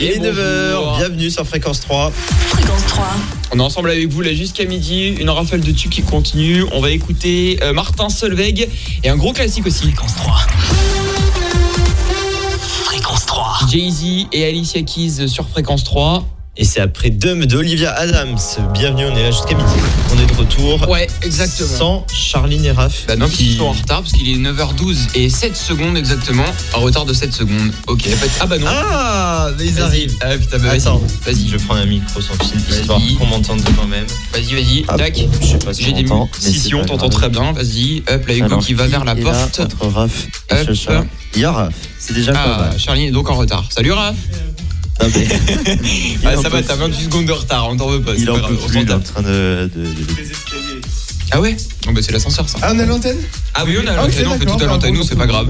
Et Il est 9h, bonjour. bienvenue sur Fréquence 3. Fréquence 3. On est ensemble avec vous là jusqu'à midi, une rafale de tubes qui continue. On va écouter euh, Martin Solveig et un gros classique aussi. Fréquence 3. Fréquence 3. Jay-Z et Alicia Keys sur fréquence 3. Et c'est après Dumb d'Olivia Adams. Bienvenue, on est là jusqu'à midi. On est de retour. Ouais, exactement. Sans Charline et Raph. Bah non, Qui- ils sont en retard parce qu'il est 9h12 et 7 secondes exactement. En retard de 7 secondes. Ok, en fait- Ah bah non. Ah, mais ils Vas-y. arrivent. Ah putain, bah vas-y. Attends, Vas-y, je prends un micro sans fil, Vas-y. histoire qu'on m'entende quand même. vas-y, vas-y. Tac. Je sais pas si J'ai on des m'entend, mutes. mais Si, c'est si, pas on t'entend grave. très bien. Vas-y. Hop, là, Hugo Alors, qui va vers la est là porte. entre Raph et Hop. Chacha. Il y a Raph, c'est déjà pas Ah, mal. Charlie est donc en retard. Salut Raph. Non, mais- Il Ah, en ça peut va, t'as plus. 28 secondes de retard, on t'en veut pas. c'est Il pas en grave, peut on plus, s'en il est en tape. train de. de- de- Ah ouais Non, bah c'est l'ascenseur ça. Ah, on a l'antenne Ah oui, on a Ah, ok, l'antenne, on fait d'accord, tout à l'antenne, nous, c'est pas grave.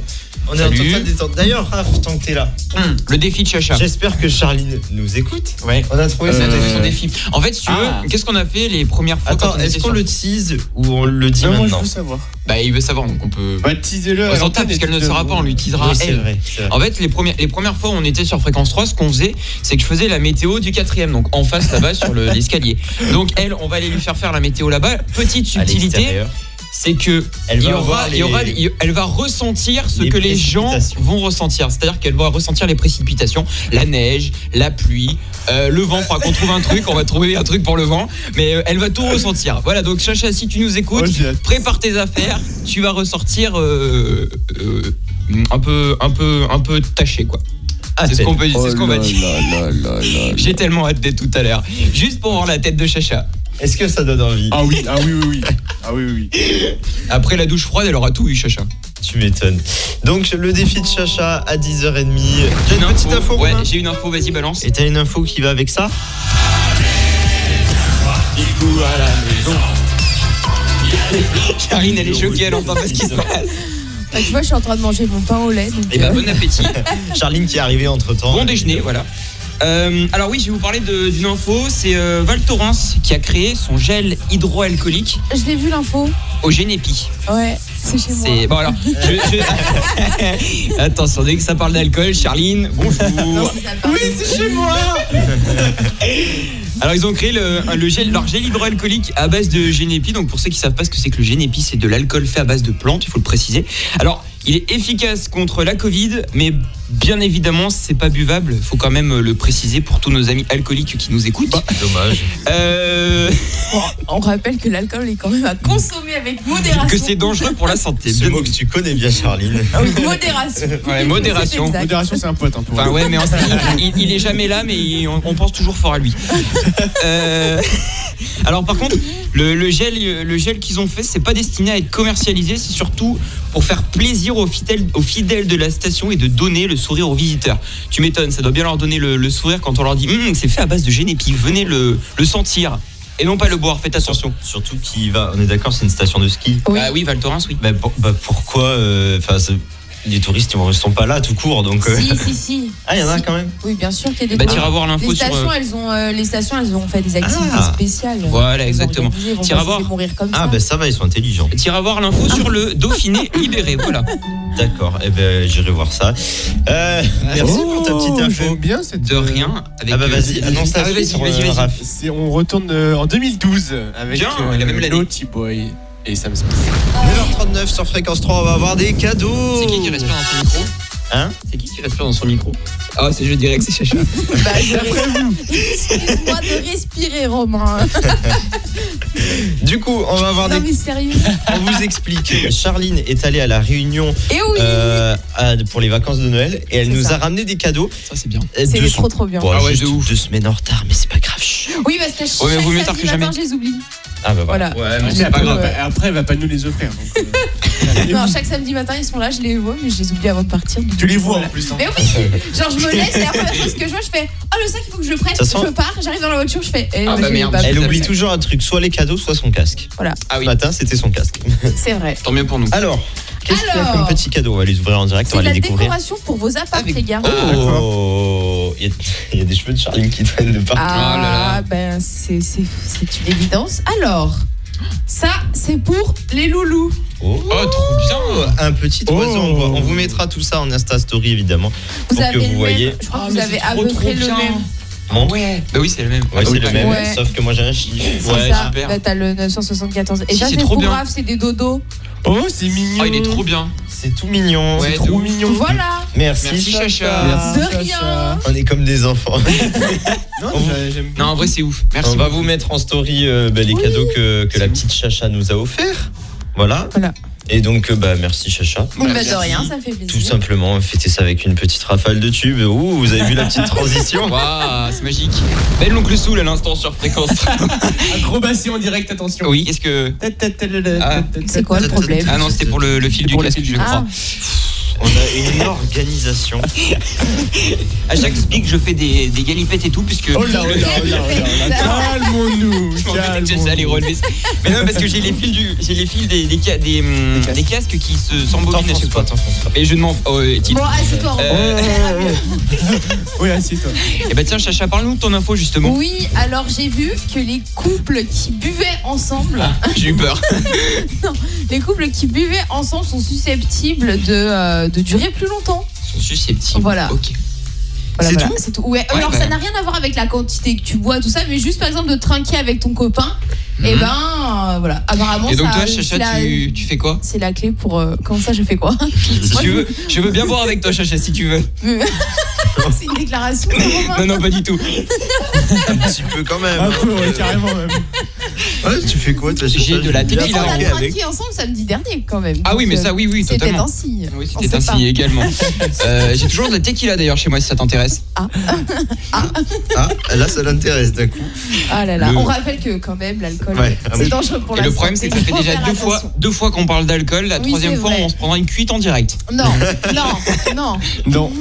On est en Salut. train de détendre. D'ailleurs, Raph, tant que t'es là, Hum, Le défi de Chacha. j'espère que Charline nous écoute. Ouais. On a trouvé Ça, ça. t'as fait son défi. En fait, si tu Ah. veux, qu'est-ce qu'on a fait les premières fois quand Euh. Attends, on est-ce était qu'on sur- le tease ou on le dit Non, Ah, moi je maintenant veux savoir. Bah, il veut savoir, donc on peut. Bah, teasez-le. On à s'en l'antenne tape parce et qu'elle ne le dites-le. saura pas, on lui teasera Oui, à c'est elle. vrai. c'est vrai. En fait, les premières, les premières fois où on était sur Fréquence 3, ce qu'on faisait, c'est que je faisais la météo du quatrième, donc en face là-bas sur le- l'escalier. donc elle, on va aller lui faire faire la météo là-bas. Petite À subtilité, l'extérieur. c'est que Elle il va y aura- avoir il y aura- les- il- elle va ressentir ce les que les gens précipitations. vont ressentir. C'est-à-dire qu'elle va ressentir les précipitations, la neige, la pluie, euh, le vent. Faudra qu'on trouve un truc, on va trouver un truc pour le vent, mais euh, elle va tout ressentir. Voilà, donc Chacha, si tu nous écoutes, Oh, j'ai hâte. prépare tes affaires, tu vas ressortir euh, euh, un peu un peu un peu taché quoi. Ah, c'est ce qu'on peut c'est ce qu'on va dire. Oh là là là là. J'ai tellement hâte d'être tout à l'heure, juste pour voir la tête de Chacha. Est-ce que ça donne envie Ah oui, ah oui, oui, oui. Ah oui, oui, oui. Après la douche froide, elle aura tout eu Chacha. Tu m'étonnes. Donc le défi de Chacha à 10h30. J'ai une Une petite info. Ouais, Romain j'ai une info, vas-y balance. Et t'as une info qui va avec ça Karine, elle est choquée, elle entend pas ce qui se passe. Bah, tu vois, je suis en train de manger mon pain au lait. Donc, Et bah euh, bon appétit. Charline qui est arrivée entre temps. Bon déjeuner, voilà. Euh, alors oui, je vais vous parler de- d'une info, c'est euh, Val Thorens qui a créé son gel hydroalcoolique euh, je l'ai vu l'info. au Génépi. Ouais, c'est chez moi. C'est bon alors. Je, je- Attention, dès que ça parle d'alcool, Charline, bonjour. Oui, c'est chez moi. Alors ils ont créé le, le gel, leur gel hydroalcoolique à base de génépi. Donc pour ceux qui savent pas ce que c'est que le génépi, c'est de l'alcool fait à base de plantes. Il faut le préciser. Alors il est efficace contre la Covid, mais bien évidemment c'est pas buvable. Faut quand même le préciser pour tous nos amis alcooliques qui nous écoutent. Dommage. Euh, On rappelle que l'alcool est quand même à consommer avec modération. que Ah, c'est dangereux pour la santé. Ce Bien- mot que tu connais bien, Charline. Ah oui, modération. Ouais, modération. C'est exact. Modération, c'est un pote. Hein, pour Enfin vous. ouais, mais on- il, il est jamais là, mais il- on, on pense toujours fort à lui. Euh, alors par contre, le, le gel, le gel qu'ils ont fait, c'est pas destiné à être commercialisé, c'est surtout pour faire plaisir aux fidèles, aux fidèles de la station et de donner le sourire aux visiteurs. Tu m'étonnes, ça doit bien leur donner le, le sourire quand on leur dit Hum, c'est fait à base de génépi, venez le, le sentir et non pas le boire. Faites attention. Surtout qu'il va. On est d'accord, c'est une station de ski. Oui. Ah oui, Val Thorens, oui. Bah, pour- bah, pourquoi euh, Enfin, c'est- les touristes ils sont pas là tout court, donc. euh, Si, si, si. Ah, il y en a Si. quand même. Oui, bien sûr qu'il y a des Bah trucs. t'iras voir l'info les sur. stations, euh, elles ont, euh, les stations, elles ont fait des activités Ah. spéciales. Voilà, Elles ont exactement. organisé, Ils vont T'iras pas se voir. laisser mourir comme Ah, ça. bah ça va, ils sont intelligents. T'iras voir l'info sur le Dauphiné libéré. Voilà. D'accord, eh ben j'irai voir ça. Euh, merci pour ta petite Oh, info. J'aime bien cette. De rien. Avec Ah bah euh, vas-y, annonce Ah la ouais, suite vas-y, sur, vas-y, euh, vas-y. Raph. C'est- On retourne euh, en 2012 avec euh, Bien, il a même l'année. Naughty Boy et Sam Smith. 9h39 sur Fréquence 3, on va avoir des cadeaux. C'est qui qui respire dans son micro Oh. Hein C'est qui qui respire dans son micro Ah, c'est je dirais que c'est Chacha. Bah, je- Excuse-moi de respirer, Romain. Du coup, on va avoir Non, des mais sérieux. On vous explique. Charline est allée à la réunion Et oui. euh, à- pour les vacances de Noël et elle C'est nous ça. a ramené des cadeaux. Ça, c'est bien. Euh, C'était deux- trop, trop bien. Bon, Ah ouais, juste de ouf. deux semaines en retard, mais c'est pas grave. Chut. Oui, parce que Ouais, mais chaque vaut mieux tard samedi que matin, je les oublie. Ah bah voilà. Voilà. Ouais, Mais après, elle va- après, elle va pas nous les offrir. donc, euh, Non, chaque samedi matin, ils sont là, je les vois, mais je les oublie avant de partir. Tu les vois en plus. hein. Mais oui Genre, je me laisse, et la première chose que je vois, je fais Oh, le sac, il faut que je le prête. Ça sent- Je pars, j'arrive dans la voiture, je fais eh, Ah, bah, je l'ai merde. pas Elle Tout à oublie fait. toujours un truc, soit les cadeaux, soit son casque. Ah oui, Ce matin, c'était son casque. pris. C'est vrai. tant mieux pour nous. Alors, qu'est-ce qu'il y a Alors. comme petit cadeau On va les ouvrir en direct, on C'est va de la les découvrir. décoration pour vos apparts, Avec- les gars. Oh, il y, a- il y a des cheveux de Charline qui traînent de partout. Ah, Oh là là. ben, c'est c'est- c'est une évidence. Alors, ça, c'est pour les loulous. Oh. Oh, trop bien un petit Oh. oiseau en bois. On vous mettra tout ça en Insta Story évidemment Vous pour que avez vous le voyez. Même, je crois Ah, que vous mais avez c'est à trop, peu trop près le bien. même. Bon, ouais, Ouais. Bah oui, c'est le même. c'est le même, Ouais. sauf que moi j'ai un chiffre. C'est Ouais, ça. super. Là, t'as le 974. Et Si, ça, c'est c'est trop trop bien. grave, c'est des dodos. Oh, c'est mignon. Oh, il est trop bien. C'est tout mignon. Ouais, C'est de trop ouf. mignon. Voilà. Merci, Merci, Chacha. Ah, Chacha. De rien. On est comme des enfants. Non, j'a- j'aime Oh. Non, en vrai, c'est ouf. Merci. On va vous mettre en story euh, bah, les cadeaux que, que la petite Chacha nous a offerts. Voilà. Voilà. Et donc, euh, bah, merci Chacha. Bon, bah, de merci. rien, ça fait Tout plaisir. simplement, fêtez ça avec une petite rafale de tube. Ouh, vous avez vu la petite transition Waouh, c'est magique. Belle l'oncle Soul à l'instant sur fréquence. Acrobatie en direct, attention. oui, est-ce que. Ah. C'est quoi le problème Ah non, c'était pour le, le fil du pour le casque, fil je du crois. Ah, On a une organisation. Ah. À chaque speak, je fais des, des galipettes et tout, puisque. Oh là, oh là, oh là, oh là. Calmons-nous. Je pensais que calmons-nous. j'allais relever ça. Mais non, parce que j'ai les fils, du, j'ai les fils des, des, ca- des, hum, Des casques. des casques qui se, s'embobinent à T'enfonces chaque fois. pas, t'enfonces pas. Et je demande. Oh, euh, titre. bon, ah, assieds-toi. Romain. Euh, Ça ira mieux. Oh, Oui, assieds-toi. Et bah tiens, Chacha, parle-nous de ton info justement. Oui, alors j'ai vu que les couples qui buvaient ensemble, J'ai eu peur. les couples qui buvaient ensemble sont susceptibles de, euh, de durer plus longtemps. Ils sont susceptibles. Voilà. Ok. Voilà, C'est voilà, c'est tout. Ouais, Ouais, alors bah. ça n'a rien à voir avec la quantité que tu bois, tout ça, mais juste par exemple de trinquer avec ton copain, et Mhm. ben euh, voilà. Apparemment, Et donc ça- euh, toi, c'est Chacha, la- tu, tu fais quoi C'est la clé pour. euh, comment ça, je fais quoi Si tu veux, je veux bien boire avec toi, Chacha, si tu veux. C'est une déclaration, ça, Romain Non, non, pas du tout. Un Ah, petit peu quand même. Un peu, ouais, carrément même. hein. Ouais, tu fais quoi toi, Chacha J'ai de la J'ai bien tequila. On a parlé trinqué avec- ensemble samedi dernier quand même. Ah oui, Donc, mais euh, ça, oui, oui, C'était totalement. un signe. Oui, On c'était sait un pas. signe également. Euh, J'ai toujours de la tequila d'ailleurs chez moi si ça t'intéresse. Ah, là, ça l'intéresse d'un coup. Ah là là. Le- ah On rappelle que quand même l'alcool, Ouais. c'est dangereux pour Et la le problème, c'est santé. que ça fait Faut déjà faire deux fois, attention. deux fois qu'on parle d'alcool. La Oui, troisième c'est fois, vrai. on se prendra une cuite en direct. Non, non, non. Non, non,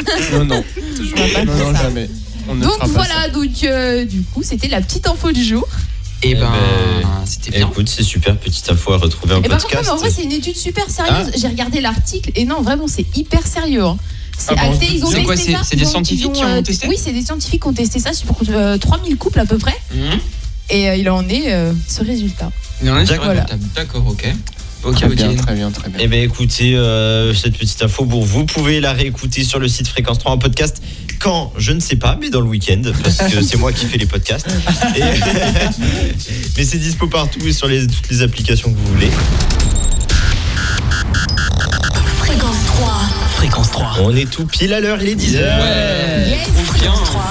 non. pas Non, faire non, ça. jamais. On ne Donc fera pas ça. voilà, donc euh, du coup, c'était la petite info du jour. Et ben, ben, c'était bien. Écoute, c'est super petite info à retrouver en Et par contre, mais podcast. Eh ben, en vrai, c'est une étude super Ah. sérieuse. J'ai regardé l'article et non, vraiment, c'est hyper sérieux. hein. C'est Ah bon, acté, ils ont c'est quoi, testé c'est- ça, c'est des ils ont- scientifiques ils ont, qui ont euh, testé Oui, c'est des scientifiques qui ont testé ça sur euh, 3000 couples à peu près. Mhm. Et euh, il en est euh, ce résultat. Il en a sur la Voilà. table. D'accord, ok. Ah, Ok, Très ok. bien, très bien, très bien. Eh bien écoutez, euh, cette petite info, pour vous pouvez la réécouter sur le site Fréquence 3 en podcast quand, je ne sais pas, mais dans le week-end, parce que c'est moi qui fais les podcasts. Et- mais c'est dispo partout et sur les, toutes les applications que vous voulez. Fréquence 3. Fréquence 3. On est tout pile à l'heure, il est 10h. Ouais. Yes. Trop bien. Fréquence 3.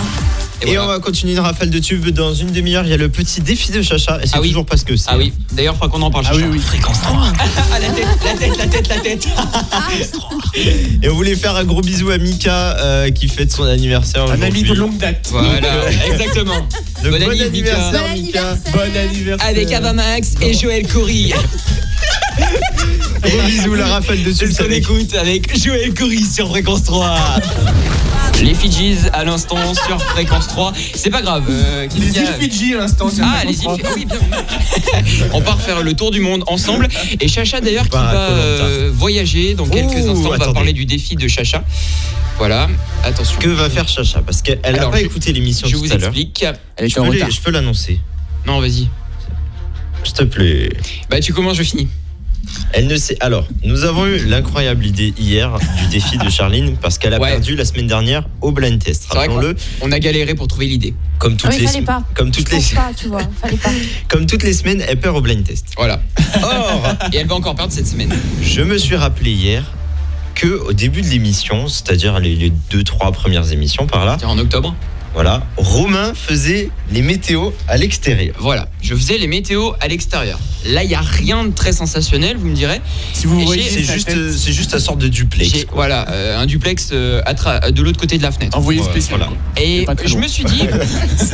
Et, on va continuer une rafale de tube dans une demi-heure. Il y a le petit défi de Chacha et c'est Ah oui. toujours parce que c'est. Ah oui, d'ailleurs, faudra qu'on en parle. Ah oui, oui. Fréquence 3. Ah, la tête, la tête, la tête, la tête. Et on voulait faire un gros bisou à Mika euh, qui fête son anniversaire. Un ami de aujourd'hui. longue date. Voilà, exactement. Donc, Bon bon, anniversaire, Bon anniversaire, Mika. anniversaire. Bon anniversaire. Avec Ava Max et Joël Cory. Gros bisou, la rafale de Je tube. le c'est connais avec- écoute avec Joël Cory sur Fréquence 3. Les Fidjis à l'instant sur Fréquence 3. C'est pas grave. euh, qu'est-ce Les qu'il y îles a Fidji à l'instant. c'est Ah, le les îles moment. Fidji, oui, bien. On part faire le tour du monde ensemble. Et Chacha, d'ailleurs, qui Bah, va euh, voyager dans quelques Ouh, instants. On va attendez. parler du défi de Chacha. Voilà, attention. Que va faire Chacha Parce qu'elle n'a Alors, pas je- écouté l'émission Je tout vous à l'heure. explique. Elle Je peux les- je peux l'annoncer. Non, vas-y. S'il te plaît. Bah, tu commences, je finis. Elle ne sait. Alors, nous avons eu l'incroyable idée hier du défi de Charline parce qu'elle a Ouais. perdu la semaine dernière au blind test. C'est vrai qu'on- Rappelons-le, On a galéré pour trouver l'idée. comme Ah, toutes mais les fallait sem- pas. comme Je toutes les pense pas, tu vois. Fallait pas. comme toutes les semaines, elle perd au blind test. Voilà. Or, Et elle va encore perdre cette semaine. je me suis rappelé hier que au début de l'émission, c'est-à-dire les, les deux trois premières émissions par là, Tiens, En octobre. voilà, Romain faisait les météos à l'extérieur. Voilà. Je faisais les météos à l'extérieur. Là, il n'y a rien de très sensationnel, vous me direz. Si vous Et voyez, C'est sa juste, tête, euh, c'est juste une sorte de duplex. J'ai- quoi. Voilà, euh, un duplex euh, à tra- de l'autre côté de la fenêtre. euh, Envoyé Ouais, spécial. voilà. quoi. Et C'est pas très je long. me suis dit,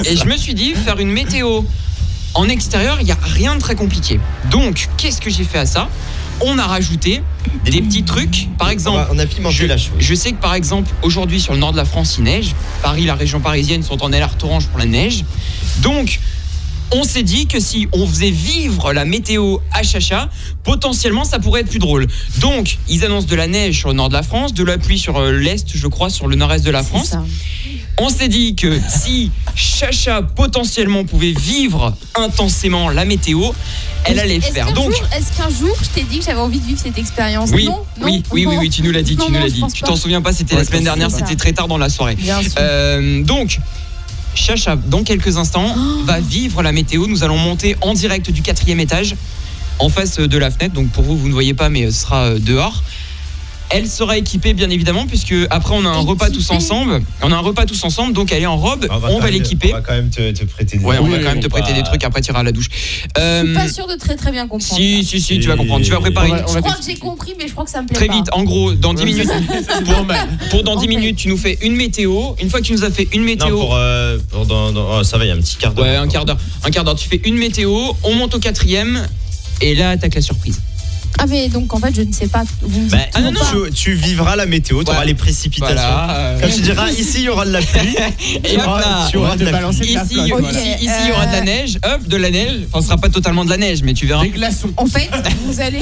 et je me suis dit, faire une météo en extérieur, il n'y a rien de très compliqué. Donc, qu'est-ce que j'ai fait à ça On a rajouté des, petits trucs. Par On exemple, a- on a pimenté je, la chose. je sais que par exemple, aujourd'hui sur le nord de la France, il neige. Paris, la région parisienne sont en alerte orange pour la neige. Donc, on s'est dit que si on faisait vivre la météo à Chacha, potentiellement ça pourrait être plus drôle. Donc, ils annoncent de la neige sur le nord de la France, de la pluie sur euh, l'est, je crois, sur le nord-est de la C'est France. ça. On s'est dit que si Chacha potentiellement pouvait vivre intensément la météo, elle allait le Est-ce faire. qu'un Donc, jour- Est-ce qu'un jour, je t'ai dit que j'avais envie de vivre cette expérience oui, Non, non, oui, oui, oui, oui, tu nous l'as dit, Non, tu nous non, l'as je dit. pense Tu pas. t'en souviens pas, c'était la Ouais, semaine je pense dernière, pas. c'était très tard dans la soirée. Bien sûr. Euh, donc, Chacha, dans quelques instants, Oh. va vivre la météo. Nous allons monter en direct du quatrième étage, en face euh, de la fenêtre. Donc pour vous, vous ne voyez pas, mais euh, ce sera euh, dehors. Elle sera équipée, bien évidemment, puisque après on a un repas tous Équipée. ensemble. On a un repas tous ensemble, donc elle est en robe. Ah, On va on quand va même- l'équiper. On va quand même te, te prêter des Ouais, on va trucs, quand même te on va- prêter des trucs. Après, tu iras à la douche. Je suis Euh, pas sûre de très très bien comprendre. si, si, si, tu vas comprendre. Tu vas préparer On va- une- on Je va crois que j'ai t'expliquer. compris, mais je crois que ça me plaît très pas. vite. En gros, dans 10 minutes, C'est normal. pour dans 10 En fait. minutes, tu nous fais une météo. Une fois que tu nous as fait une Non, météo, pour, euh, pour dans, dans- oh, ça va, il y a un petit quart d'heure. Ouais, un encore. quart d'heure. Un quart d'heure. Tu fais une météo, on monte au quatrième, et là, t'as que la surprise. Ah mais donc en fait je ne sais pas. Vous me dites Bah, toujours non, non. pas. tu, tu vivras la météo, tu auras Ouais. les précipitations. Voilà. Euh, Quand tu diras ici, il y aura de la pluie. Et hop là. tu auras de de la pluie. balancer Ici, ta ici, flotte. voilà. ici, il y aura de la euh, neige. Hop, de la neige. Enfin, ce sera pas totalement de la neige, mais tu verras. Des glaçons. En fait, vous allez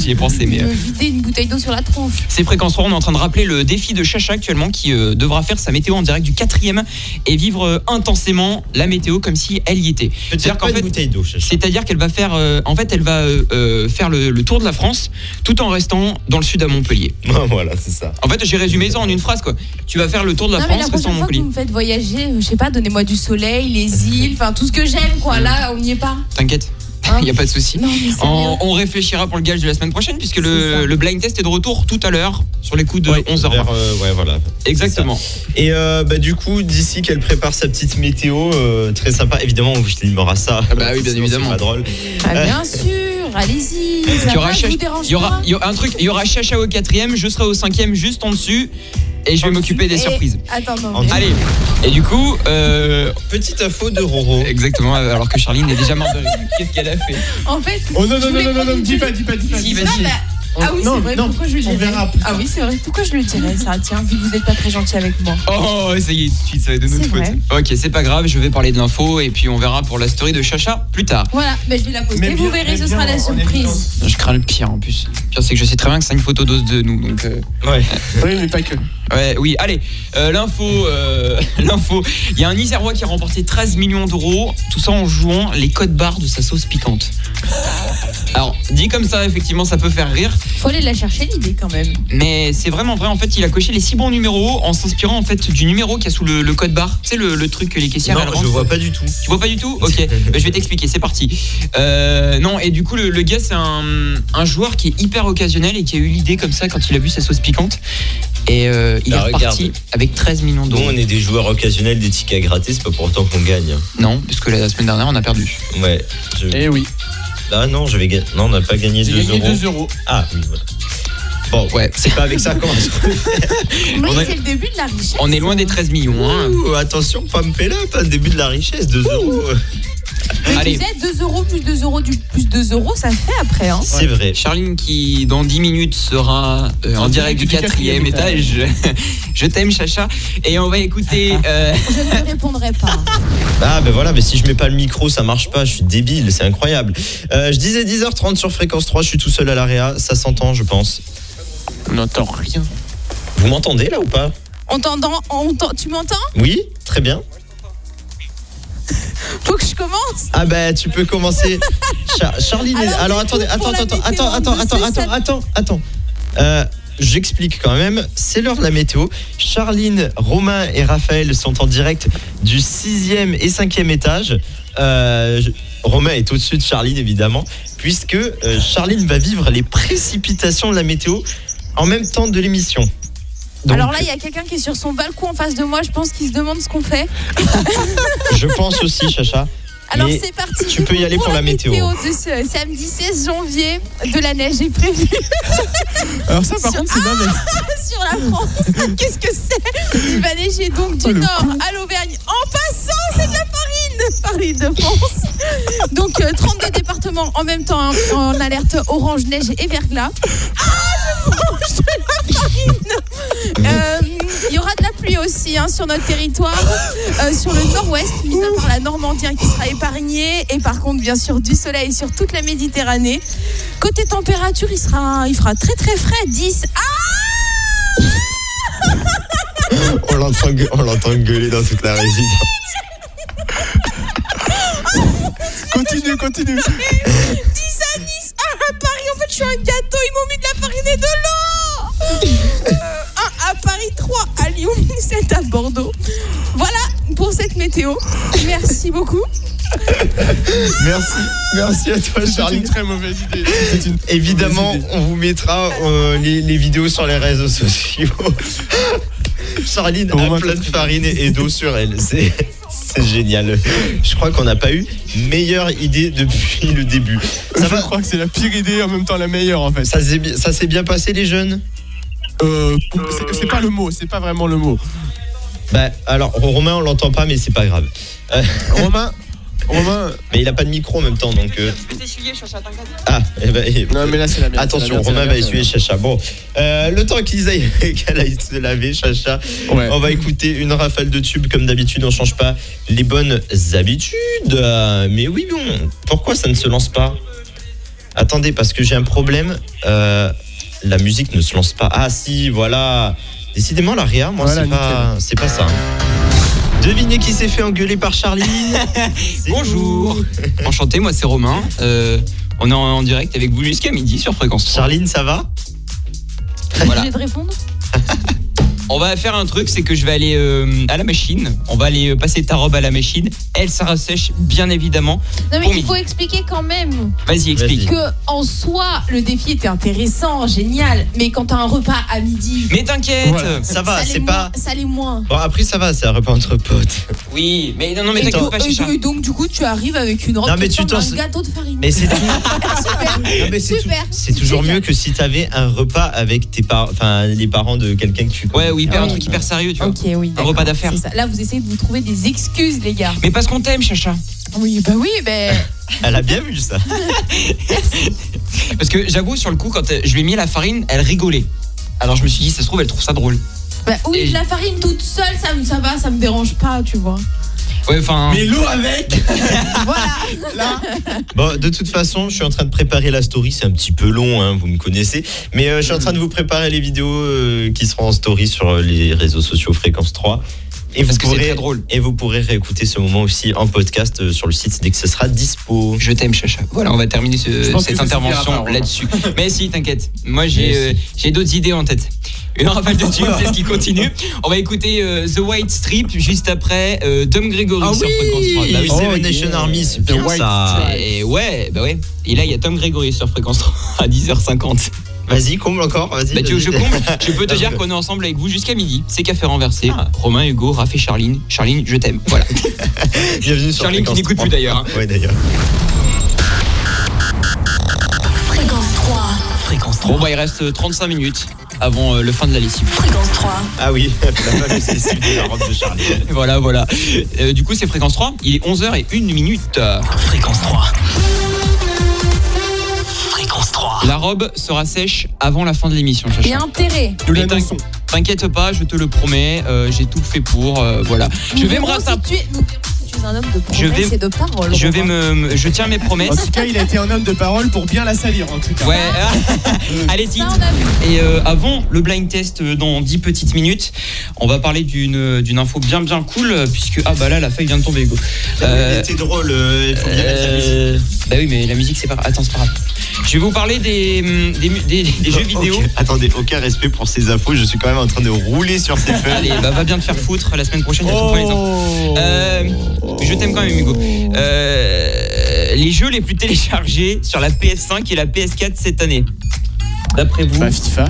J'y ai pensé, mais. me euh, vider une bouteille d'eau sur la tronche. C'est Fréquence 3, on est en train de rappeler le défi de Chacha actuellement qui euh, devra faire sa météo en direct du quatrième et vivre euh, intensément la météo comme si elle y était. Peut-être qu'en pas une fait- bouteille d'eau, Chacha. C'est-à-dire qu'elle va faire, euh, en fait, elle va euh, euh, faire le, le tour de la France tout en restant dans le sud à Montpellier. Ouais, voilà, c'est ça. En fait, j'ai résumé ça en une phrase quoi. Tu vas faire le tour de la non mais la France restant à prochaine fois que Montpellier. vous me faites voyager, euh, je sais pas, donnez-moi du soleil, les îles, enfin tout ce que j'aime quoi. Là on n'y est pas. T'inquiète, Hein il n'y a pas de souci. Non mais On, sérieux. on réfléchira pour le gage de la semaine prochaine puisque C'est le, ça. le blind test est de retour tout à l'heure sur les coups de 11h20. Vers, euh, ouais, voilà. Exactement. Et euh, bah, du coup, d'ici qu'elle prépare sa petite météo, euh, très sympa. Évidemment, on vous filmera ça. Ah bah oui, bien Sinon, c'est évidemment. pas drôle. Ah, bien sûr, allez-y. ça Il y, aura va, je Chacha- vous dérange il y aura- pas. il y aura un truc, il y aura Chacha au quatrième, je serai au cinquième juste en dessus et je vais En m'occuper des Et- surprises. Eh, Attends non. En- mais- Allez, et du coup, euh, Petite info de Roro. exactement, alors que Charline est déjà morte de rire. Qu'est-ce qu'elle a fait En fait. Oh non, je non, voulais non, non, non, prendre une dis pas, dis pas, dis pas. Si, dis pas. vas-y. Ah, bah, ah oui, Non, c'est vrai, non, pourquoi je le on dirais verra plus Ah oui, c'est vrai, pourquoi je le dirais ça Tiens, vu que vous n'êtes pas très gentil avec moi. Oh, ça y est, tout de suite, ça va être de notre C'est faute. vrai. Ok, c'est pas grave, je vais parler de l'info et puis on verra pour la story de Chacha plus tard. Voilà, mais je vais la poster, Mais vous bien- verrez, mais ce bien sera en- la en surprise. évidence. Je crains le pire en plus. Le pire, c'est que je sais très bien que c'est une photo d'os de nous. Donc, euh, Ouais. Oui, mais pas que. ouais, oui, allez, euh, l'info. euh, l'info. Il y a un Isérois qui a remporté 13 millions d'euros, tout ça en jouant les codes barres de sa sauce piquante. Alors, dit comme ça, effectivement, ça peut faire rire, Faut aller la chercher, l'idée quand même. mais c'est vraiment vrai. En fait, il a coché les six bons numéros en s'inspirant en fait du numéro qu'il y a sous le, le code barre. Tu sais, le, le truc que les caissières elles Non, je rentrent. vois pas du tout. Tu vois pas du tout Ok, euh, je vais t'expliquer, c'est parti. Euh, non, et du coup, le, le gars, c'est un, un joueur qui est hyper occasionnel et qui a eu l'idée comme ça quand il a vu sa sauce piquante. Et euh, il Ah, est reparti regarde. avec 13 millions Nous, d'euros. on est des joueurs occasionnels des tickets à gratter, c'est pas pour autant qu'on gagne. Non, parce que la semaine dernière, on a perdu. Ouais. je- Eh oui. Ah non, je vais gagner. Non, on n'a pas gagné J'ai 2 gagné euros. 2 euros. Ah oui, voilà. Bon, Ouais. c'est pas avec ça qu'on va se Mais On est- c'est le début de la richesse. On est loin des 13 millions. hein. Ouh, attention, pas me péler, pas le début de la richesse, 2 euros. Allez. Allez. Tu sais, 2 euros plus 2 euros du- plus 2 euros, ça fait après, hein. C'est vrai. Charline qui dans 10 minutes sera euh, en En direct direct du du quatrième étage. quatrième Je t'aime Chacha et on va écouter euh, Je ne répondrai pas. Ah ben voilà, mais si je mets pas le micro, ça marche pas, je suis débile, c'est incroyable. Euh, je disais 10h30 sur fréquence 3, je suis tout seul à l'AREA, ça s'entend, je pense. On n'entend rien. Vous m'entendez là ou pas On t'entend, on t'en- tu m'entends Oui Très bien. Faut que je commence Ah ben tu peux commencer. Char- Charline, est- Alors, alors, du coup, attendez, attends, pour la attends, météo, attends, attends, monsieur, attends, ça- attends, attends, attends. Euh, J'explique quand même, c'est l'heure de la météo. Charline, Romain et Raphaël sont en direct du 6e et 5e étage. Euh, je- Romain est au-dessus de Charline évidemment, puisque euh, Charline va vivre les précipitations de la météo en même temps de l'émission. Donc, Alors là, il y a quelqu'un qui est sur son balcon en face de moi, je pense qu'il se demande ce qu'on fait. je pense aussi, Chacha. Alors Mais c'est parti. tu du peux y coup, aller pour la météo. de ce samedi 16 janvier, de la neige est prévue Alors ça, par Sur- contre, c'est dingue. sur la France. Qu'est-ce que c'est Il va neiger donc du Oh, le nord à l'Auvergne en passant, c'est de la farine par l'île de France. Donc euh, 32 départements en même temps hein, en alerte orange, neige et verglas. Ah, je mange de la farine Euh, Il y aura de la pluie aussi hein, sur notre territoire, euh, sur le nord-ouest, mis à part la Normandie hein, qui sera épargnée. Et par contre, bien sûr, du soleil sur toute la Méditerranée. Côté température, il, sera, il fera très très frais, 10 On l'entend gue- on l'entend gueuler dans toute la résidence. Continue, continue. à Nice, un à Paris. En fait, je suis un gâteau. Ils m'ont mis de la farine et de l'eau. Euh, un à Paris, trois à Lyon, sept à Bordeaux. Voilà pour cette météo. Merci beaucoup. Merci, merci à toi C'est une Charlie. très mauvaise idée. Euh, Évidemment, on vous mettra euh, les, les vidéos sur les réseaux sociaux. Charline Au moins, a plein de farine et d'eau sur elle. C'est c'est génial. Je crois qu'on n'a pas eu meilleure idée depuis le début. Ça je va crois que c'est la pire idée et en même temps la meilleure en fait. Ça s'est bi- ça s'est bien passé les jeunes Euh, c'est- c'est pas le mot, c'est pas vraiment le mot. Bah alors Romain on l'entend pas mais c'est pas grave. Euh, Romain, Romain. mais il a pas de micro en même temps donc euh, Je vais t'essuyer, je suis en train de ah eh ben, eh, Non mais là c'est la merde. attention Romain va essuyer Chacha. Bon euh, le temps qu'ils aillent qu'elle aille se laver Chacha. Ouais. On va écouter une rafale de tubes comme d'habitude on change pas les bonnes habitudes. Euh, mais oui bon pourquoi ça ne se lance pas Attendez parce que j'ai un problème euh, la musique ne se lance pas. Ah si voilà décidément la Réa moi Voilà, c'est pas c'est pas ça. Devinez qui s'est fait engueuler par Charline C'est Bonjour. nous. Enchanté, moi c'est Romain. Euh, on est en, en direct avec vous jusqu'à midi sur Fréquence 3. Charline, ça va Voilà. de répondre. On va faire un truc, c'est que je vais aller euh, à la machine. On va aller euh, passer ta robe à la machine. Elle sera sèche, bien évidemment. Non mais Bon il midi. faut expliquer quand même Vas-y, explique. que en soi le défi était intéressant, génial, mais quand t'as un repas à midi, Mais t'inquiète. Voilà. Ça va, l'est c'est moins- pas. ça l'est moins. Bon, après, ça va, c'est un repas entre potes. Oui, mais non, non, mais Et t'inquiète donc, pas, Chicha. et donc, du coup tu arrives avec une robe Non, mais qui tu ressemble à t'en- un gâteau de farine. Mais c'est tout- super, non, mais c'est tout- super. C'est toujours mieux que si t'avais un repas avec tes par- enfin, les parents de quelqu'un que tu connais. Ouais, oui, hyper, Ah un oui. truc hyper sérieux, tu vois. Ok, oui. d'accord, repas d'affaires. c'est ça. Là, vous essayez de vous trouver des excuses, les gars. Mais parce qu'on t'aime, Chacha. Oui, bah oui, mais. Elle a bien vu ça. Parce que j'avoue, sur le coup, quand euh, je lui ai mis la farine, elle rigolait. Alors je me suis dit, ça se trouve, elle trouve ça drôle. Bah oui, Et- de la farine toute seule, ça, me- ça va, ça me dérange pas, tu vois. Ouais, enfin. l'eau avec Voilà. Bon, de toute façon, je suis en train de préparer la story. C'est un petit peu long, hein, vous me connaissez. Mais euh, je suis en train de vous préparer les vidéos euh, qui seront en story sur euh, les réseaux sociaux Fréquence 3. Et vous, Parce que c'est pourrez, très drôle. et vous pourrez réécouter ce moment aussi en podcast euh, sur le site dès que ce sera dispo. Je t'aime, Chacha. Voilà, on va terminer ce- Je pense cette que ça suffira intervention pas, là-dessus. Mais si, t'inquiète. Moi, j'ai Mais euh, j'ai d'autres idées en tête. Une rafale de tubes, c'est ce qui continue. On va écouter euh, The White Strip juste après euh, Dom Gregory Ah sur oui Fréquence 3. Bah oui, Oh, c'est yeah. Nation Army, c'est The bien White ça. Strip. Et ouais, bah ouais. Et là, il y a Tom Gregory sur Fréquence 3 à 10h50. Vas-y, comble encore. Vas-y. Bah, tu veux que je vas-y. comble Je peux te Parce dire que- qu'on est ensemble avec vous jusqu'à midi. C'est Café Renversé. Ah. Romain, Hugo, Raph et Charline. Charline, je t'aime. Voilà. Bienvenue sur Charline qui Fréquence n'écoute 3. plus d'ailleurs, hein. Ouais, d'ailleurs. Fréquence 3. Fréquence 3. Bon, bah, il reste 35 minutes avant euh, le fin de la lessive. Fréquence 3. Ah oui, la fameuse lessive de la robe de Charlie. Voilà, voilà. Euh, du coup, c'est fréquence 3. Il est 11h et 1 minute. Euh, Fréquence 3. Fréquence 3. La robe sera sèche avant la fin de l'émission, Chacha. Il y a intérêt. Nous Mais t'in- l'annonçons. T'inquiète pas, je te le promets. euh, J'ai tout fait pour. euh, voilà. Je Nous vais me verrons rattraper. Si tu es, nous verrons si tu es un homme de promesses Je vais- et de paroles. Je vais Romain. me, me- Je tiens mes En promesses. tout cas, il a été un homme de parole pour bien la salir en tout cas. Ouais. Allez, Ça, titre. on a vu. Et euh, avant le blind test euh, dans 10 petites minutes, on va parler d'une d'une info bien bien cool euh, puisque ah bah là la feuille vient de tomber Hugo. Euh, C'était drôle, euh, il faut bien mettre la musique. euh, bah oui mais la musique c'est pas attends c'est pas grave. Je vais vous parler des hum, des, mu- des- des jeux vidéo. Ok, Attendez, aucun respect pour ces infos. Je suis quand même en train de rouler sur ces feuilles. Allez bah va bien te faire foutre la semaine prochaine. tu trouveras les infos. Oh. Oh. Euh, je t'aime quand même Hugo. Euh, les jeux les plus téléchargés sur la PS5 et la PS4 cette année. D'après vous Bah FIFA.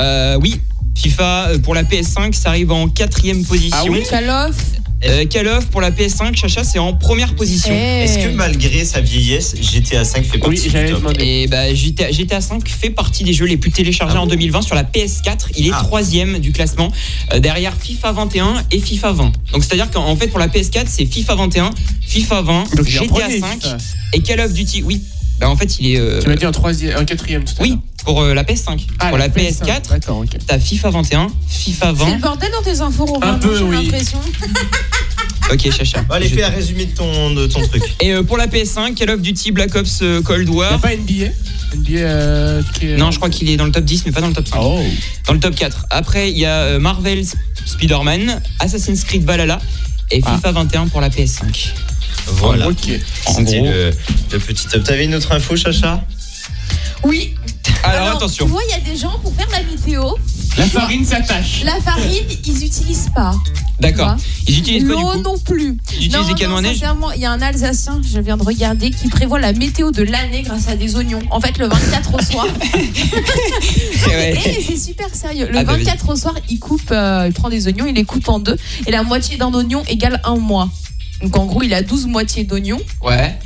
Euh, Oui. FIFA euh, pour la PS5, ça arrive en quatrième position. Ah Call of. Euh, Call of pour la PS5, Chacha, c'est en première position. Eh. Est-ce que malgré sa vieillesse, GTA 5 fait Oui, partie du j'allais top demander. Et bah GTA, GTA 5 fait partie des jeux les plus téléchargés Ah en 2020 sur la PS4. Il est Ah. troisième du classement euh, derrière FIFA 21 et FIFA 20. Donc c'est-à-dire qu'en en fait pour la PS4 c'est FIFA 21, FIFA 20, Donc, il est en GTA premier, 5 FIFA. et Call of Duty. Oui. Bah en fait il est. euh, Tu m'as dit un troisième, un quatrième tout à oui l'heure. pour euh, la PS5. Ah, pour la, PS4 D'accord, ok. t'as FIFA 21, FIFA C'est le 20. bordel dans tes infos, Romain. Un peu, j'ai oui. l'impression. Ok Chacha. Bon, allez, Je- fais un résumé de ton, de ton truc. Et euh, pour la PS5 Call of Duty Black Ops euh, Cold Y'a War. pas NBA NBA. euh, qui est- Non je crois qu'il est dans le top 10 mais pas dans le top 5. Oh. Dans le top 4. Après, il y a euh, Marvel's Spider-Man, Assassin's Creed Valhalla et Ah. FIFA 21 pour la PS5. Voilà. Ok. En C'était gros. le, le petit top. T'avais une autre info, Chacha Oui. Alors, attention. Tu vois, il y a des gens pour faire la météo, La farine s'attache. la farine, ils n'utilisent pas. D'accord. Ils utilisent pas du L'eau coup. non plus. Ils utilisent non, des canons non, à neige sincèrement, il y a un Alsacien, je viens de regarder, qui prévoit la météo de l'année grâce à des oignons. En fait, le 24 au soir. Ouais. Et c'est super sérieux. Le Ah bah vas-y. 24 au soir, il coupe, euh, il prend des oignons, il les coupe en deux, et la moitié d'un oignon égale un mois. Donc en gros, il a 12 moitiés d'oignons, Ouais.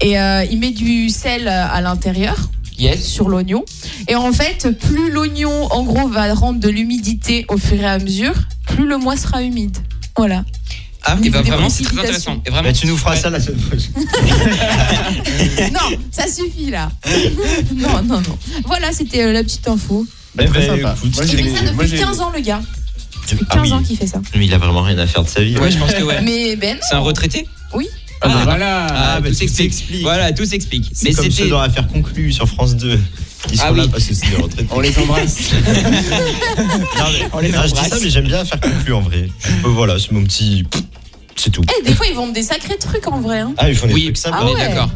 et euh, il met du sel euh, à l'intérieur Yes. sur l'oignon. Et en fait, plus l'oignon, en gros, va rendre de l'humidité au fur et à mesure, plus le mois sera humide. Voilà. Ah, Au et niveau bah des vraiment, c'est très précipitations. intéressant. Et Ah. vraiment, Bah, Tu nous feras ça la semaine prochaine. non, ça suffit là. non, non, non. Voilà, c'était euh, la petite info. Eh Bah, très ben, sympa. écoute, Moi, Il j'ai- fait ça moi, depuis j'ai- 15 ans, le gars. tu- Depuis ah 15 oui, ans qu'il fait ça. mais il a vraiment rien à faire de sa vie. ouais, je pense que ouais. Mais ben non. C'est un retraité Ah, bah, Ah, voilà. Ah, bah, tout tout s'explique. s'explique. Voilà, tout s'explique. C'est comme ceux c'était- dans l'affaire conclue sur France 2. Ils sont Ah là oui. parce que c'est des retraités. On les embrasse. Non, mais- les Ah, je dis ça, embrasse. mais j'aime bien l'affaire conclue en vrai. Euh, voilà, c'est mon petit. C'est tout. Eh, des fois, ils vendent des sacrés trucs en vrai. hein. Ah, ils font des Oui, trucs sympas. Ah on est ouais. d'accord.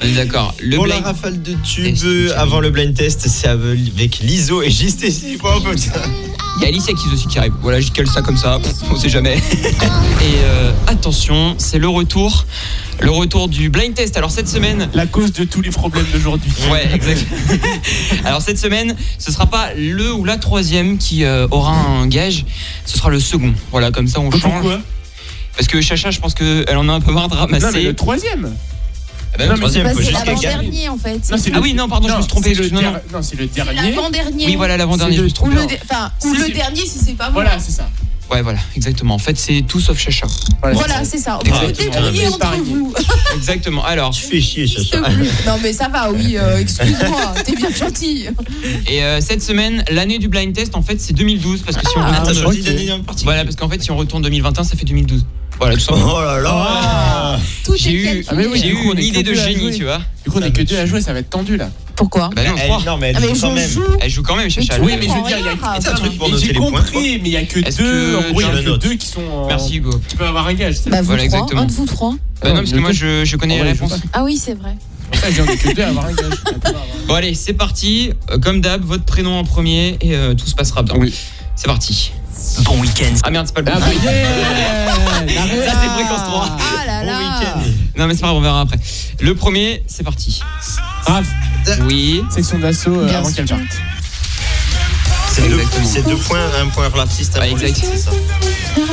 On est d'accord. Le Pour blind- la rafale de Test, tube euh, test. avant le blind test, c'est avec l'ISO et JTC. Bon, comme ça. Il y a Alicia Keys aussi qui arrive. Voilà, je cale ça comme ça, Pff, on sait jamais. Et euh, attention, c'est le retour. Le retour du blind test. Alors cette semaine. La cause de tous les problèmes d'aujourd'hui. Ouais, exact. Alors cette semaine, ce sera pas le ou la troisième qui euh, aura un gage, ce sera le second. Voilà, comme ça on change. Pourquoi Parce que Chacha, je pense qu'elle en a un peu marre de Non, mais ramasser. le troisième. Ah bah, non, le mais troisième, Bah, faut c'est juste qu'elle gagne. l'avant-dernier en fait. Non, c'est Ah oui, non, pardon, je me suis trompé. c'est le Non, non. der- non, c'est le C'est dernier. l'avant-dernier. Oui, voilà, l'avant-dernier. C'est le- Ou le, Non. dé- enfin, ou Si, le si. dernier si c'est pas moi. Voilà, c'est ça. Ouais, voilà, exactement. En fait, c'est tout sauf Chacha. Voilà, c'est ça. Vous vous Exactement. débrouillez Ah, entre mais vous. Exactement. Alors, Tu fais chier, Ah, S'il te Chacha. plaît. Non, mais ça va, oui, euh, excuse-moi. T'es bien gentil. et euh, cette semaine, l'année du blind test, en fait, c'est 2012 parce que si on Ah, retourne- Attends, ok. choisis d'année en partie. Voilà, parce qu'en fait, si on retourne 2021, ça fait 2012. Voilà, tout simplement. Oh là là Tout est J'ai eu, calculé. Ah, mais oui, j'ai du eu coup, on une est idée de capable à génie, jouer. tu vois. Du coup, on est que deux à jouer, ça va être tendu là. Pourquoi Bah non, Elle- trois. Eh, Non, mais Ah, elle mais joue quand je même. joue. Elle joue quand même, Mais tu Chacha. le Oui, mais je veux comprends dire, il y a- rien, C'est un vraiment. truc pour Et noter J'ai les points. quoi. compris, mais il y a que Est-ce deux. que En gros, il y John a que note deux qui sont. en- Merci Hugo. Tu peux avoir un gage. c'est- Bah, vous Voilà, trois, exactement. un de vous trois. Bah non, parce que moi je, je connais En les vrai, je réponses. sais Ah oui, c'est vrai. Ça, j'ai envie que deux à avoir un gage. Ah, bah, On peut pas avoir- Bon allez, c'est parti. Euh, Comme d'hab, votre prénom en premier et euh, tout se passera bien. Oui. C'est parti. Bon week-end. Ah merde, c'est pas le bon. Ah bah yeah Ça c'est fréquence 3. Ah là Bon là. week-end. Non mais c'est pas grave, on verra après. Le premier, c'est parti. Ah, Oui. section d'assaut euh, Bien avant sûr. qu'elle parte. C'est deux, Exactement. c'est deux points, un point pour l'artiste. un Ouais, point pour exact. l'artiste, c'est ça.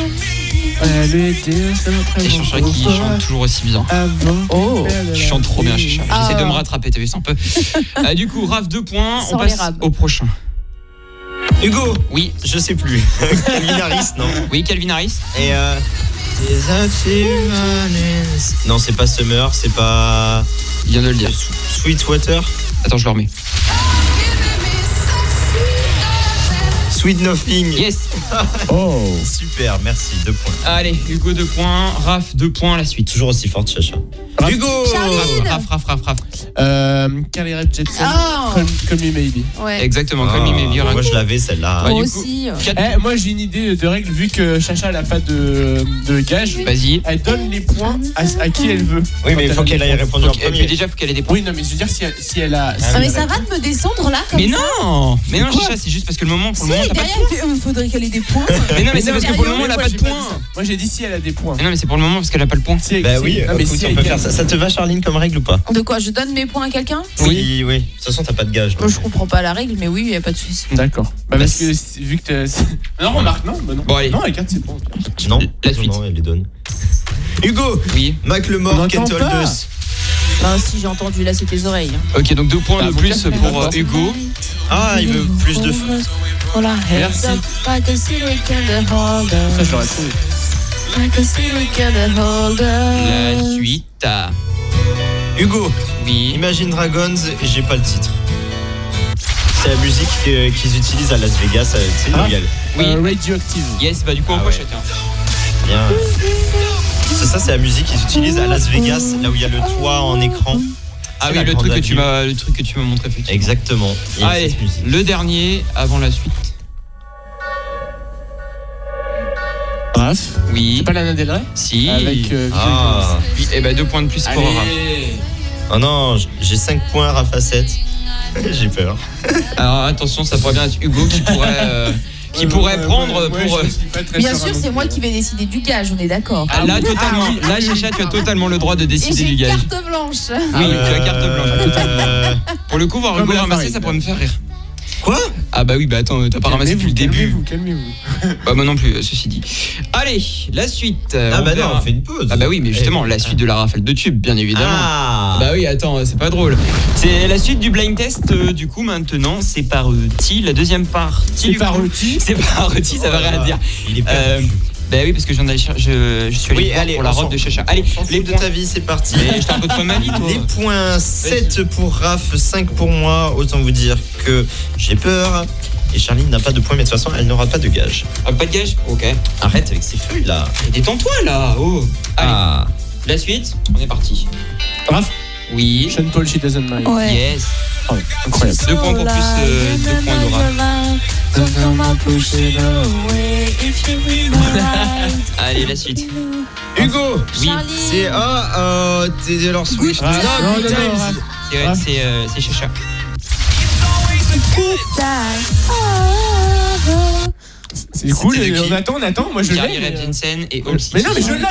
Allez, Théo, ça va très Et Ah, bon Chacha qui pour chante toujours aussi bien. Avant. Oh. Tu chantes trop bien, Chacha. Ah. J'essaie de me rattraper, t'as vu, c'est un peu. Ah, du coup, Raph, deux points. On Sans les passe rabs. au prochain. Hugo Oui. Je sais plus. Minaris, non Oui, Calvin Harris. Et euh. Des infirmales. Non, c'est pas Summer, c'est pas. euh, Il vient de le dire. Sweetwater Attends, je le remets. Sweet Nothing Yes. Oh. Super, merci, deux points. Allez, Hugo, deux points. Raph, deux points. La suite. Toujours aussi forte, Chacha. Hugo Charline. Raph, Raph, Raph, Raph. Euh, Carly Rae Jepsen, Ah. comme, comme lui, maybe. Ouais. Exactement, comme il m'est Ah, Moi, je l'avais celle-là. Ouais. Moi bah, du coup- Ah, aussi. euh. Quatre- Eh, moi j'ai une idée de règle vu que Chacha elle a pas de, de gage. bah, Vas-y. Elle donne les points à, à qui elle veut. Oui, mais il faut qu'elle aille répondre en Donc, et puis premier. déjà, faut qu'elle ait des points. Oui, non, mais je veux dire, si elle, si elle a. si Ah, mais elle a- ça va de me descendre là comme Mais ça non Mais non, Quoi Chacha, c'est juste parce que le moment, pour Si, le moment, t'as pas de derrière, il fait, euh, faudrait qu'elle ait des points. Mais non, mais c'est parce que pour le moment, elle a moi, pas j'ai de dit points. ça. Moi j'ai dit si elle a des points. Mais non, mais c'est pour le moment parce qu'elle a pas le point. Si elle- Bah si- oui, euh, non, mais écoute, si on elle peut gagne- faire ça. Ça te va, Charline, comme règle ou pas De quoi Je donne mes points à quelqu'un Oui, oui. De toute façon, t'as pas de gage. Moi, Je comprends pas la règle, mais oui, il n'y a pas de souci. D'accord. Bah, parce Bah, que si- vu que t'as- Non, remarque, non, bah non. Bon, allez. Non, les quatre, c'est bon. Non, La suite. Non, elle les donne. Hugo Oui. On Macklemore, entend Kent pas. Holders. Bah, si j'ai entendu, là, c'est tes oreilles. hein. Ok, donc deux points Bah, de faut plus casser la pour euh, porte. Hugo. Ah, il veut plus de feu. Voilà, Merci. Pas de silicone holder. Ça, je l'aurais trouvé. Pas de silicone holder. La suite. ah, Hugo, Oui. Imagine Dragons, j'ai pas le titre. C'est la musique que- qu'ils utilisent à Las Vegas, euh, tu sais, Ah. où il y a le- Oui. Euh, radioactive. Yes, bah du coup, on Ah voit ouais. chacun. Ah. Bien. C'est ça, c'est la musique qu'ils utilisent à Las Vegas, là où il y a le toit en écran. Ah C'est oui, la le grande truc, que tu avenue. m'as, le truc que tu m'as montré, effectivement. Exactement. Il y a Allez, cette musique. le dernier avant la suite. Raph. Oui. C'est pas Lana Del Rey Si. Avec. euh, Ah, Oui, et ben deux points de plus pour Raph. Oh non, j- j'ai 5 points, Rafa 7. J'ai peur. Alors attention, ça pourrait bien être Hugo qui pourrait, euh, qui Ouais, pourrait ouais, prendre ouais, ouais, pour. euh, je suis pas très hein, Bien serein sûr, non c'est plus. moi qui vais décider du gage, on est d'accord. Ah, là, totalement. Là, Chicha, tu as totalement le droit de Et décider j'ai du gage. carte blanche. Ah Oui, tu as carte blanche. Euh, Pour le coup, voir Comme Hugo la ramasser, farine. ça pourrait me faire rire. Quoi Ah bah oui, bah attends, t'as pas ramassé depuis le début. Calmez-vous, calmez-vous. Bah moi non plus, ceci dit. Allez, la suite. euh, Ah on bah non, verra. on fait une pause. Ah bah oui, mais justement, Eh, la suite de la rafale de tube, bien évidemment. Ah Bah oui, attends, c'est pas drôle. C'est la suite du blind test, euh, du coup, maintenant, c'est parti. La deuxième partie. C'est du coup- parti. C'est parti, ça va rien dire. Il est Euh, perdu. bah oui, parce que j'en ai, cher- je, je suis allé Oh Oui, voir allez, pour la on robe s'en- de Chacha. Allez, les Les de points. ta vie, c'est parti. Mais je t'en veux de ma vie, toi. Les points 7 pour Raph, 5 pour moi. Autant vous dire que j'ai peur. Et Charline n'a pas de points, mais de toute façon, elle n'aura pas de gage. Ah, pas de gage Ok. Arrête avec ces feuilles là. Mais Détends-toi là Oh Allez, Ah. Hein la suite, on est parti. Raph, Oui. Sean Paul, she doesn't mind. Ouais. Yes. Incroyable. Deux points Oh pour plus, euh, deux points de Raph. Allez, la suite. Hugo Oui, Charlie, C'est. Ah, euh. T'es Taylor Swift. Raph, Ah, non, non, non, Raph. c'est Ah. vrai que c'est euh, c'est Chacha. Ah, C'est cool, C'était de qui on attend, on attend, moi je Jerry l'ai. euh, mais- Jensen et All City. Mais non, mais je l'avais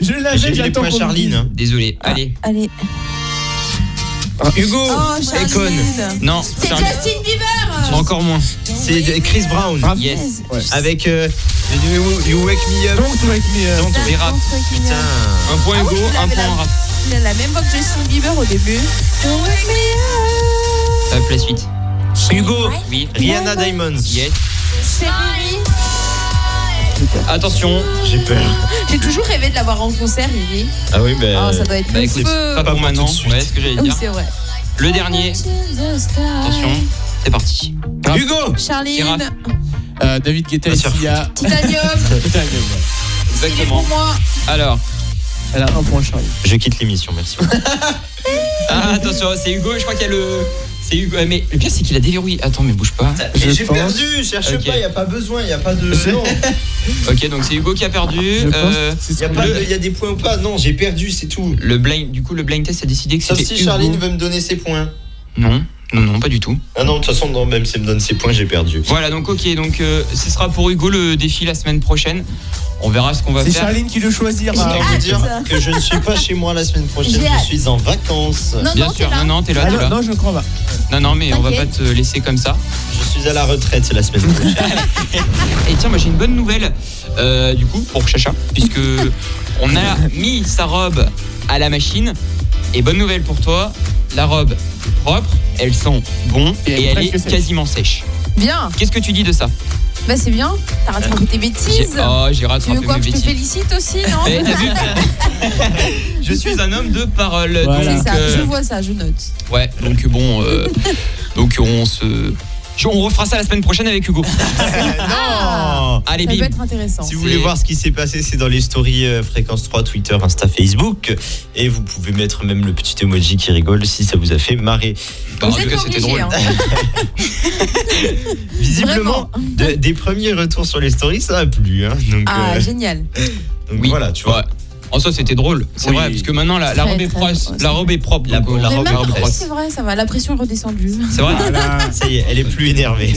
Je J'ai l'avais, mis les j'attends points à qu'on me dise. Charline. Ah. Désolé. Allez. Allez, Hugo Oh, Charline. Non, C'est Charlie. Justin Bieber. Encore moins. C'est Chris Brown. Raph. Yes. Avec. euh, le numéro You Wake Me Up. Ah, Donc, avec mes. euh, Don't Et Raph. Putain. Un point Ah oui, Hugo, je un l'avais point là. Raph. Il a la même voix que Justin Bieber au début. Hop, la suite. Hugo Oui. Rihanna Diamonds. Yes. C'est Riri. Attention. J'ai peur. J'ai toujours rêvé de l'avoir en concert, Riri. Ah oui, ben. Ah, ça doit être Bah un écoute, peu- pas pas pour pour maintenant. tout de suite. Ouais, ce que j'allais Ah Oui, dire. c'est vrai. Le dernier. Attention. C'est parti. Hugo Raph. Charline, euh, David Guetta et Pas sûr. Sia. Titanium, Putain, gueule, ouais. il est pour Exactement. moi. Alors. Elle a un point Charlie. Je quitte l'émission, merci. Ah, attention, c'est Hugo, je crois qu'il y a le. C'est Hugo. Ah, Mais le pire, c'est qu'il a déverrouillé. Attends, mais bouge pas. Je J'ai pense- perdu, cherche Ok. pas, il a pas besoin, il a pas de. Non, Ok, donc c'est Hugo qui a perdu. Je pense Euh, que c'est y ce a qu'on pas a. de- y a des points ou pas, non, j'ai perdu, c'est tout. le blind, du coup, le blind test a décidé que Sauf c'était. si Hugo. Charline veut me donner ses points. Non, non, non, pas du tout. Ah non, de toute façon, non, même si elle me donne ses points, j'ai perdu. Voilà, donc ok, donc euh, ce sera pour Hugo le défi la semaine prochaine. On verra ce qu'on va C'est faire. Charline qui le choisira. Ah, Autant vous hâte. dire que je ne suis pas chez moi la semaine prochaine, Ah, J'ai je hâte. suis en vacances. Non, Bien non, sûr, t'es là. non, non, t'es là, Ah t'es non, là. non, je crois pas. Non, non, mais on va pas T'inquiète. te laisser comme ça. Je suis à la retraite la semaine prochaine. Et tiens, moi j'ai une bonne nouvelle euh, du coup pour Chacha, puisque on a mis sa robe à la machine. Et bonne nouvelle pour toi, la robe est propre, elle sent bon et, Et elle est elle est presque sèche. quasiment sèche. Bien, Qu'est-ce que tu dis de ça bah c'est bien. T'as rattrapé tes J'ai- bêtises. Oh, j'ai Tu rattrapé veux quoi mes que je te bêtises. félicite aussi, non Eh, t'as vu Je suis un homme de parole. Voilà. C'est donc, ça, euh, je vois ça, je note. Ouais, donc bon, euh, donc on se, je- on refera ça la semaine prochaine avec Hugo. Non Allez, Ça bim. peut être intéressant. Si C'est- vous voulez voir ce qui s'est passé, c'est dans les stories euh, Fréquence 3, Twitter, Insta, Facebook. Et vous pouvez mettre même le petit emoji qui rigole si ça vous a fait marrer. Bah, Vous êtes pas obligés, hein. Visiblement, de- des premiers retours sur les stories, ça a plu. hein. Donc, Ah, euh, génial. donc Oui. voilà, tu vois. Ouais. En soi, c'était drôle, c'est Oui. vrai, parce que maintenant la, la Très, robe est très propre, drôle, la robe est propre, La- donc, la euh, Mais robe est maintenant, propre. c'est vrai, ça va, la pression est redescendue. C'est vrai. Ça y est, elle est plus énervée.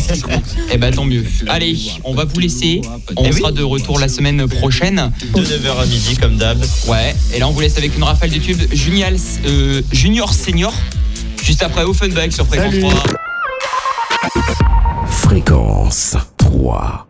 Eh ben tant mieux. Allez, on va vous laisser. On Eh oui. sera de retour la semaine prochaine. De 9h à midi, comme d'hab. Ouais. Et là, on vous laisse avec une rafale de tubes junior, euh, junior senior. Juste après Offenbach sur Fréquence Salut. 3. Fréquence 3.